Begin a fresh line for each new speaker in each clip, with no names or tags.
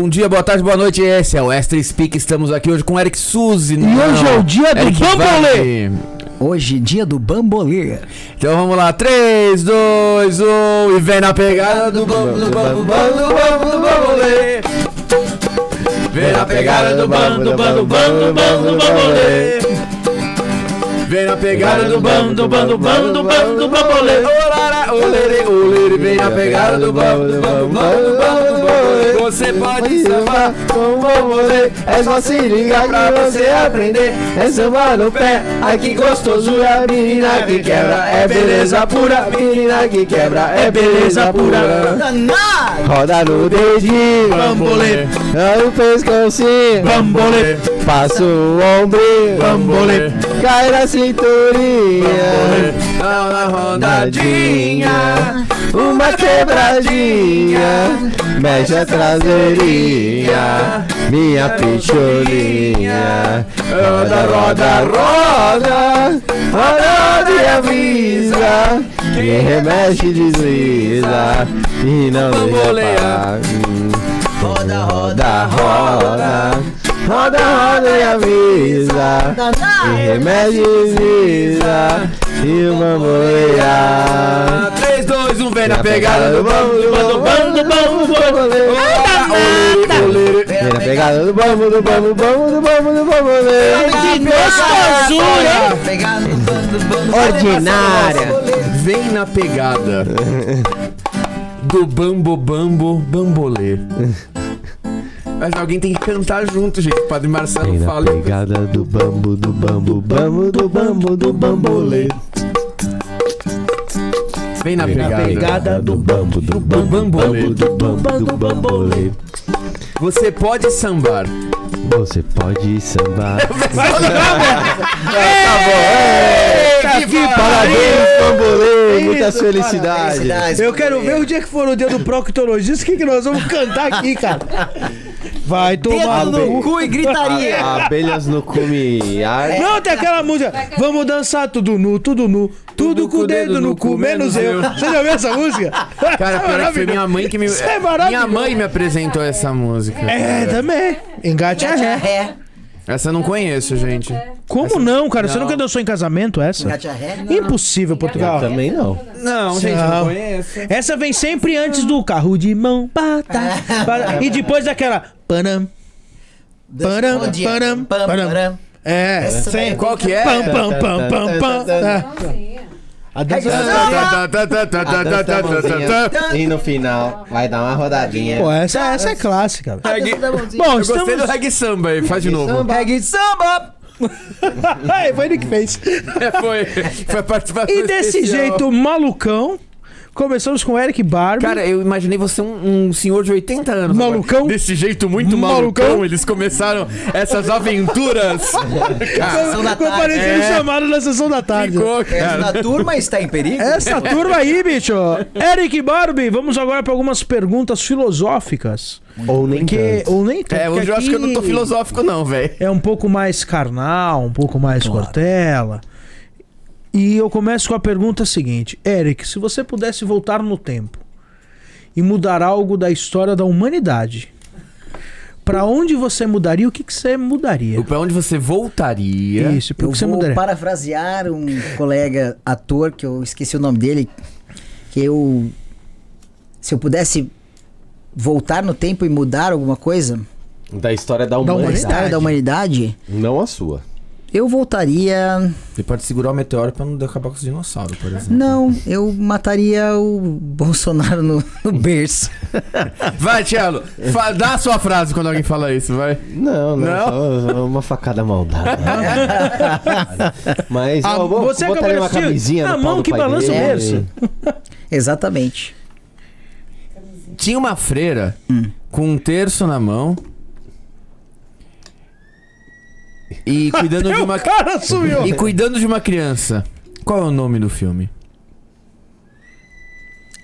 Bom dia, boa tarde, boa noite. Esse é o Extra Speak. Estamos aqui hoje com o Eric Suzy. E
hoje é o dia do Bambolê.
Hoje, dia do bambolê.
Então vamos lá. 3, 2, 1 e vem na pegada do bambu, do bambu, do bambu, do bambolê. Vem na pegada do bambu, do bambu, do bambu, do bambu, do bambolê. Vem na pegada do bambu, do bambu, do bambu, do bambu, do bambolê. Olará, olerê, olerê. Vem na pegada do bambu, do bambu, do bambu, do bambu, do bambolê. Você pode sambar com o bambolê. É só se ligar pra você aprender. É samba no pé, ai que gostosura. Menina que quebra, é beleza pura. Menina que quebra, é beleza pura.
Danado!
Roda no dedinho,
Bambolê,
olha o pescocinho,
bambolê,
passa o ombrinho,
bambolê.
cai na cinturinha,
Dá uma rondadinha,
uma quebradinha, mexe a traseirinha, minha picholinha, roda, roda, roda, roda e avisa, quem remexe desliza, e não
Bambolear.
deixa Roda, roda, roda, roda, roda e avisa. E
Danado!
remédio visa e uma moleira.
3, 2, 1, vem na pegada do bambu, do bambu, do bambu, do bambu, do bambolê. Olerê, olerê.
Vem na pegada do bambu, do bambu, bambu, do bambu, do bambu.
Que gostosura, hein? Pegar no bando, bando,
Ordinária.
Vem na pegada do bambo bambo bambolê. Mas alguém tem que cantar junto, gente. O Padre Marcelo
Vem na
fala.
pegada do bambu, do bambu, bambu, do bambu, do bambolê.
Vem na
Na
pegada.
pegada do bambu, do bambu,
bambolê.
bambu, do bambu, do bambolê.
Você pode sambar.
Você pode sambar.
Tá
Que
Parabéns, bambolê. Muitas
Isso,
felicidades.
Eu quero ver o dia que for o dia do proctologista, o que, que nós vamos cantar aqui, cara. Vai tomar
Dedo no
no cu.
cu e gritaria.
Abelhas no cume ar.
Não, tem aquela música. Vamos dançar tudo nu, tudo nu, tudo com o dedo no cu, menos eu. Você já ouviu essa música?
Cara,
Essa é
pior que foi
maravilhosa.
minha mãe que me.
Isso é
minha
maravilhoso.
mãe me apresentou essa música.
É, também. Engate a ré.
Ré.
Essa eu não conheço, gente.
Como não, cara? Você nunca dançou em casamento essa?
Engate a ré? Não.
Impossível, Portugal.
Também não.
Não, gente,
Não.
conheço.
Essa vem sempre antes do carro de mão, pata, pata. E depois daquela. Panam, param,
Bom dia.
param,
Pam,
param.
param.
É,
Essa
sempre.
daí.
Qual que é?
Pam, pam, pam, pam, pam. Tá. A dança
E no final vai dar uma rodadinha.
Pô, essa, essa é clássica. velho.
Reggae-
Bom,
Eu gostei do
estamos...
reggae samba aí, faz de novo.
Reggae samba.
Ai, foi ele que fez.
É, foi, foi a participação
E desse
especial.
jeito malucão, começamos com Eric Barbie.
Cara, eu imaginei você um, um senhor de 80 anos.
Malucão?
agora. Desse jeito muito malucão,
Malucão?
eles começaram essas aventuras. Cara,
Sessão da
Ficou
tarde.
parecendo
É.
chamado na sessão da tarde.
ficou,
Essa
cara.
É, turma está em perigo?
Essa turma aí, bicho. Eric Barbie, vamos agora para algumas perguntas filosóficas.
Ou nem
Porque, ou nem tanto,
É,
porque
hoje eu acho que eu não tô
aqui
filosófico, não, velho.
É um pouco mais carnal, um pouco mais cortela. E eu começo com a pergunta seguinte: Eric, se você pudesse voltar no tempo e mudar algo da história da humanidade, pra onde você mudaria? O que, que você mudaria?
Pra onde você voltaria?
Isso, pra
Eu
o que você né?
vou
mudaria?
parafrasear um colega ator, que eu esqueci o nome dele, que eu. Se eu pudesse voltar no tempo e mudar alguma coisa
Da história da
da
humanidade.
história da humanidade,
Não a sua.
eu voltaria.
Você pode segurar o meteoro pra não acabar com os dinossauros, por exemplo.
Não, eu mataria o Bolsonaro no, no berço.
Vai, Tchelo, fa- dá a sua frase quando alguém fala isso, vai.
Não, não.
Não?
só- só uma facada maldada. Mas
Ah,
eu vou,
você
botaria
acabou de
uma
assistir
camisinha no
Na
pau
mão
do
que
pai
balança o
dele.
berço.
Exatamente.
Tinha uma freira
Hum.
com um terço na mão e cuidando de uma
O cara sumiu.
e cuidando de uma criança. Qual é o nome do filme?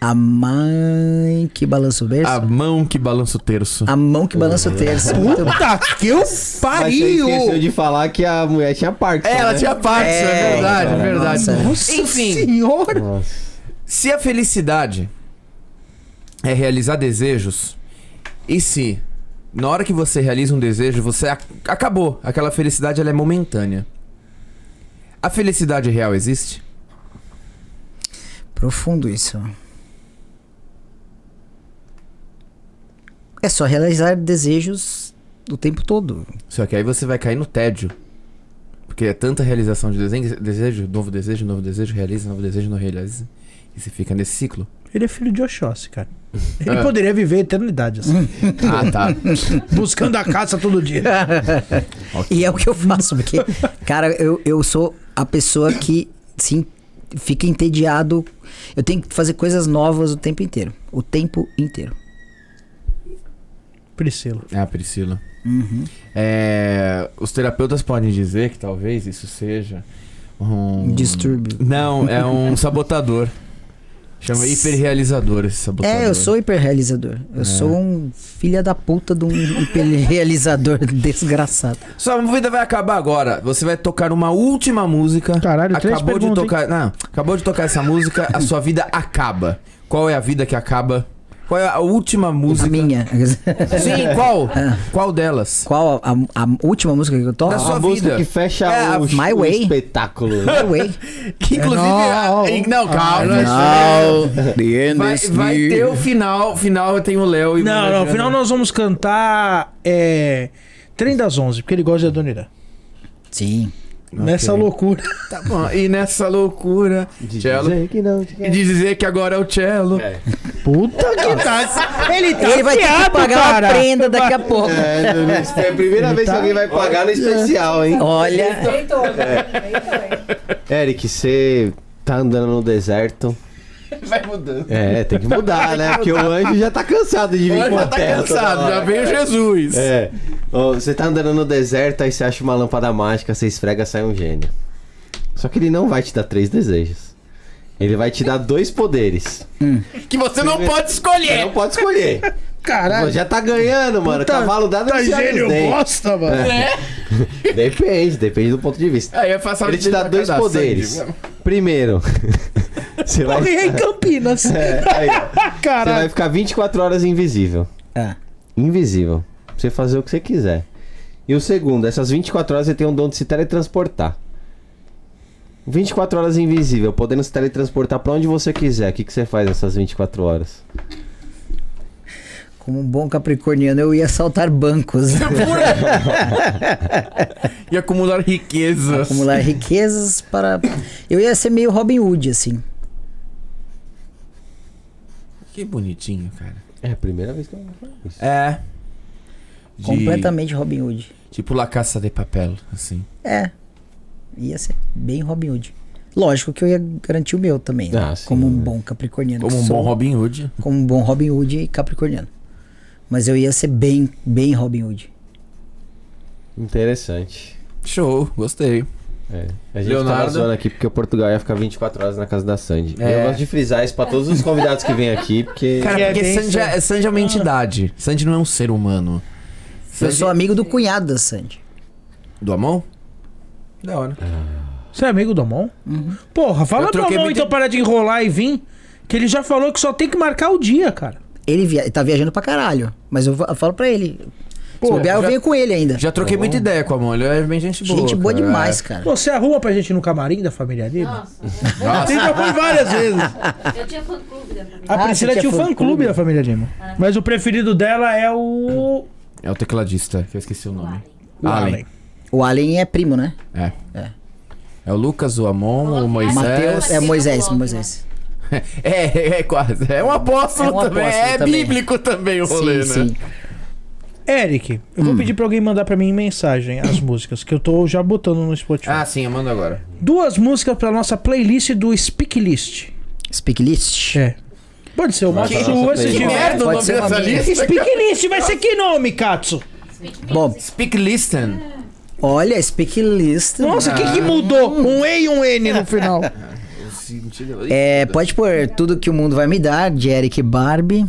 A mãe que balança o berço.
A mão que balança o terço.
A mão que balança o terço. Então, Muito bom.
Puta que eu
Mas você
pariu!
esqueceu de falar que a mulher tinha parto.
É, ela
né?
tinha parte, é,
É,
verdade, é
cara,
verdade.
nossa.
Nossa
Enfim,
senhora!
Nossa.
se a felicidade é realizar desejos, E se, na hora que você realiza um desejo, você ac- acabou. Aquela felicidade ela é momentânea. A felicidade real existe?
Profundo isso. É só realizar desejos o tempo todo.
Só que aí você vai cair no tédio. Porque é tanta realização de desenho, desejo, novo desejo, novo desejo, realiza, novo desejo, não realiza. E você fica nesse ciclo.
Ele é filho de Oxóssi, cara. Ele
É.
poderia viver a eternidade assim,
Ah, tá.
buscando a caça todo dia.
E é o que eu faço, porque, cara, eu, eu sou a pessoa que sim, fica entediado. Eu tenho que fazer coisas novas o tempo inteiro. O tempo inteiro.
Priscila.
Ah, Priscila. É, os terapeutas podem dizer que talvez isso seja um.
Um distúrbio.
Não, é um sabotador. Chama hiperrealizador esse sabotador.
É, eu sou hiperrealizador. Eu
É.
sou um filha da puta de um hiperrealizador desgraçado.
Sua vida vai acabar agora. Você vai tocar uma última música.
Caralho, três
acabou de
perguntas, hein?
tocar. Não, acabou de tocar essa música, a sua vida acaba. Qual é a vida que acaba? Qual é a última
A
música?
minha.
Sim, qual? Qual delas?
Qual a, a última música que eu toco?
Da sua
A música
vida.
que fecha
É,
o,
My
o
Way.
espetáculo.
My Way.
Que inclusive.
Não.
a- em- Não, calma.
The end
Vai, vai ter o final. Final eu tenho o Léo e o
Não, não,
Mariana.
no final nós vamos cantar é, Trem das Onze, porque ele gosta de Adoniran.
Sim.
Nessa loucura.
Tá bom. E nessa loucura. De cello.
Dizer que não te
E
quero.
de dizer que agora é o cello.
Puta que tá. Ele tá
Ele vai ter que
afiado,
pagar
cara.
uma prenda daqui a pouco.
É, não- é a primeira vez que alguém vai pagar no especial, hein?
Olha.
Eric, você tá andando no deserto.
Vai mudando.
É, tem que mudar, né? Porque o anjo já tá cansado de vir
Agora
com a
já tá
terra toda
cansado.
hora.
Já veio Jesus.
É. Ô, Você tá andando no deserto, aí você acha uma lâmpada mágica, você esfrega, sai um gênio. Só que ele não vai te dar três desejos. Ele vai te dar dois poderes.
Que você não
Primeiro-
pode
Você
escolher.
não pode escolher. Pô,
Caralho.
já tá ganhando, mano. Cavalo dado
tá
ele se abre os
gênio
dentes.
bosta, mano.
Depende, depende do ponto de vista.
É,
Aí é eu
tá
faço a
Ele te dá dois
cadastro,
poderes.
sangue.
Primeiro, você vai.
Morri em Campinas.
É, aí, ó. Você vai
Caralho.
ficar 24 horas invisível.
Ah,
Invisível. Pra você fazer o que você quiser. E o segundo, essas 24 horas você tem um dom de se teletransportar. 24 horas invisível, podendo se teletransportar pra onde você quiser. O que, que você faz nessas 24 horas?
como um bom capricorniano, eu ia assaltar bancos,
E acumular riquezas.
acumular riquezas para. Eu ia ser meio Robin Hood, assim.
Que bonitinho, cara.
É a primeira vez que eu falo isso.
É. De-
Completamente Robin Hood.
Tipo La Caça de Papel, assim.
É. Ia ser bem Robin Hood. Lógico que eu ia garantir o meu também. né?
Ah, sim,
como um
né?
bom capricorniano.
Como
que
um
sou.
bom Robin Hood.
Como um bom Robin Hood e capricorniano. Mas eu ia ser bem, bem Robin Hood.
Interessante.
Show, gostei.
É. A gente
Leonardo.
tá zoando aqui porque o Portugal ia ficar 24 horas na casa da Sandy.
É.
Eu gosto de frisar isso pra todos os convidados que vêm aqui, porque.
Cara,
é
porque
bem
Sandy, é, Sandy é uma entidade. Sandy não é um ser humano.
Eu sou amigo do cunhado da Sandy.
é-
Do Amon? Da hora.
Você é amigo do Amon? Porra, fala
Eu
pro
troquei
Amon
muita-
então para de enrolar e vir. Que ele já falou que só tem que marcar o dia, cara.
Ele via... tá viajando pra caralho. Mas eu, fa- eu falo pra ele. Se bobear,
já-
eu venho com ele ainda.
Já troquei muita ideia com o Amon. Ele é bem gente boa.
Gente boa
cara.
demais, cara.
Você arruma pra gente ir no camarim da família Lima?
Nossa,
Você já foi várias vezes.
eu tinha fã clube da família.
A
Ah.
Ah,
Priscila
você
tinha
tinha
o fã clube
fã-clube.
da família Lima. Mas o preferido dela é o.
É o tecladista, que eu esqueci o nome.
O Allen.
O Allen é primo, né?
É.
É.
É o Lucas, o Amon, o Moisés.
Mateus é
Mateus
Moisés,
Lopes,
Moisés.
É, é quase. É um apóstolo
É um
também.
apóstolo
é
também.
bíblico também o rolê,
sim,
né?
sim.
Eric, eu
Hum.
vou pedir pra alguém mandar pra mim em mensagem as músicas, que eu tô já botando no Spotify.
Ah, sim, eu mando agora.
Duas músicas pra nossa playlist do Speak List.
Speak list.
É. Pode ser uma
Nossa,
sua,
nossa
se
Que
playlist. Pode
tiver.
merda o
pode
nome
ser uma
dessa
minha.
lista?
Speak List, vai ser que nome, Katsu?
Bom,
Speak Listen.
olha, speak list.
Nossa, o que, que mudou?
Hum.
Um E e um N no final.
É, pode pôr Tudo Que o Mundo Vai Me Dar, de Eric Barbie.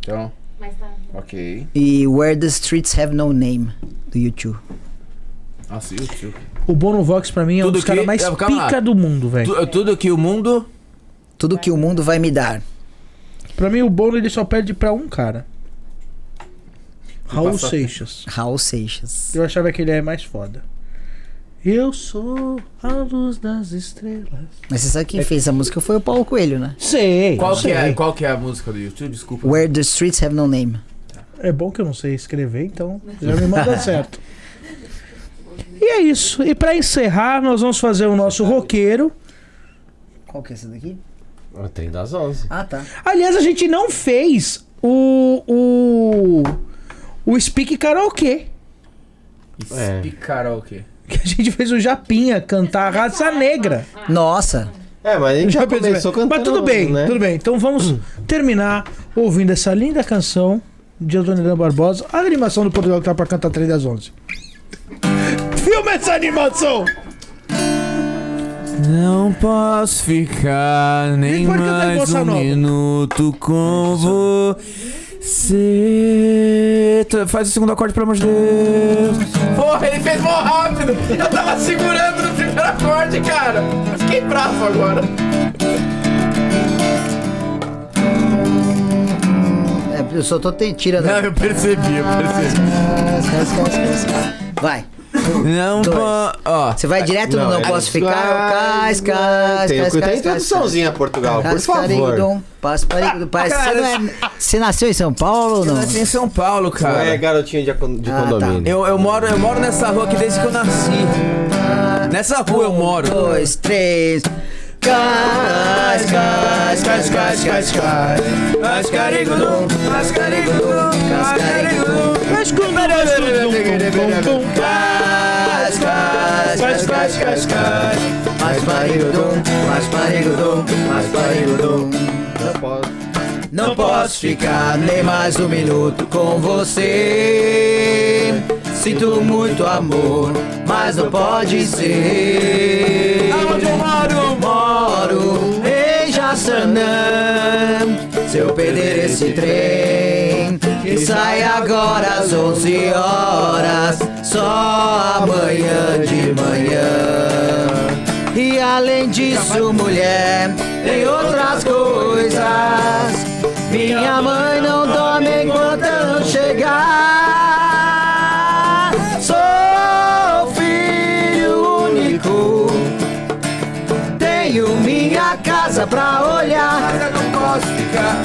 Então,
Mas tá.
ok.
E Where the Streets Have No Name, do YouTube.
Nossa, YouTube.
O Bono Vox pra mim é um
Tudo
dos caras
que-
mais
é, calma lá.
pica do mundo, velho.
Tudo que o mundo.
Tudo Que o Mundo Vai Me Dar.
Pra mim o Bono ele só perde pra um cara. Raul
passa-
Seixas.
Raul Seixas.
Eu achava que ele é mais foda. Eu sou a luz das estrelas.
Mas você sabe quem fez a música foi o Paulo Coelho, né?
Sei.
Qual que,
sei.
é, qual que é a música do YouTube? Desculpa.
Where the Streets Have No Name.
É bom que eu não sei escrever, então já me manda certo. E é isso. E pra encerrar, nós vamos fazer o nosso roqueiro.
Qual que é essa daqui?
O trem das 11.
Ah, tá.
Aliás, a gente não fez o. o. o Speak Karaokê.
É.
Speak Karaoke.
Que a gente fez o Japinha cantar Raça Negra.
Nossa.
É, mas a gente já
fez,
começou
né?
cantando.
Mas tudo bem,
né?
tudo bem. Então vamos terminar ouvindo essa linda canção de Adoniran Barbosa, a animação do Portugal que tá pra cantar 3 das 11. Filma essa animação!
Não posso ficar
nem pode cantar em mais bossa um nova.
minuto com você. Faz o segundo acorde, pelo amor de Deus. Porra, ele fez mó rápido. Eu tava segurando no primeiro acorde, cara. Eu fiquei bravo agora.
É, eu só tô te- tirando.
Não, eu percebi, eu percebi.
Vai.
Não
Dois.
po- Ó.
Você vai direto no Não
é-
Posso Ficar? Cais, cais,
Tem
cais,
que ter
cais,
introduçãozinha Portugal, por
Cais,
favor. Ah,
caridom, Passo parigudo. Parece
cara,
você não é. Você nasceu em São Paulo ou
Eu
não?
nasci em São Paulo, cara.
É garotinho de, acon- de
Ah, tá.
condomínio.
Eu, eu, moro, eu moro nessa rua aqui desde que eu nasci. Nessa rua eu moro.
Dois, três. Cais, cais, cais, cais, cais, cais.
Mascarigudum, mascarigudum, mascarigudum.
Cais, cais, cais, cais, cais, cais. Mais parigudum, mais parigudum, mais parigudum. Não posso ficar nem mais um minuto com você. Sinto muito amor, mas não pode ser.
Aonde eu moro,
Moro em Jaçanã. Se eu perder esse trem, que sai agora às 11 horas, só amanhã de manhã. E além disso, mulher, tem outras coisas. Minha mãe não dorme enquanto eu não chegar. Sou filho único. Tenho minha casa pra olhar.
eu não posso ficar.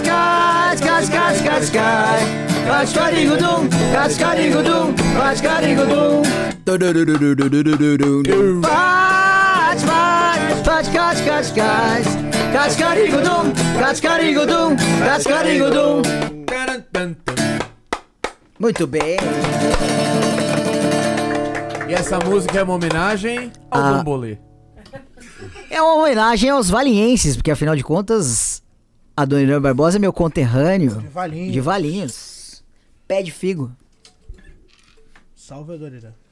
Cais, cais, cais, cais, cais, cais. Cascarigudum, cascarigudum, cascarigudum. Faz, faz, faz, cais, cais, cais. Cascarigudum, cascarigudum, cascarigudum. Muito bem.
E essa música é uma homenagem ao
Ah.
Bambolê.
É uma homenagem aos valienses, porque afinal de contas, a Dona Irã Barbosa é meu conterrâneo.
Valinho.
De Valinhos. Pé de figo.
Salve, Adoniran.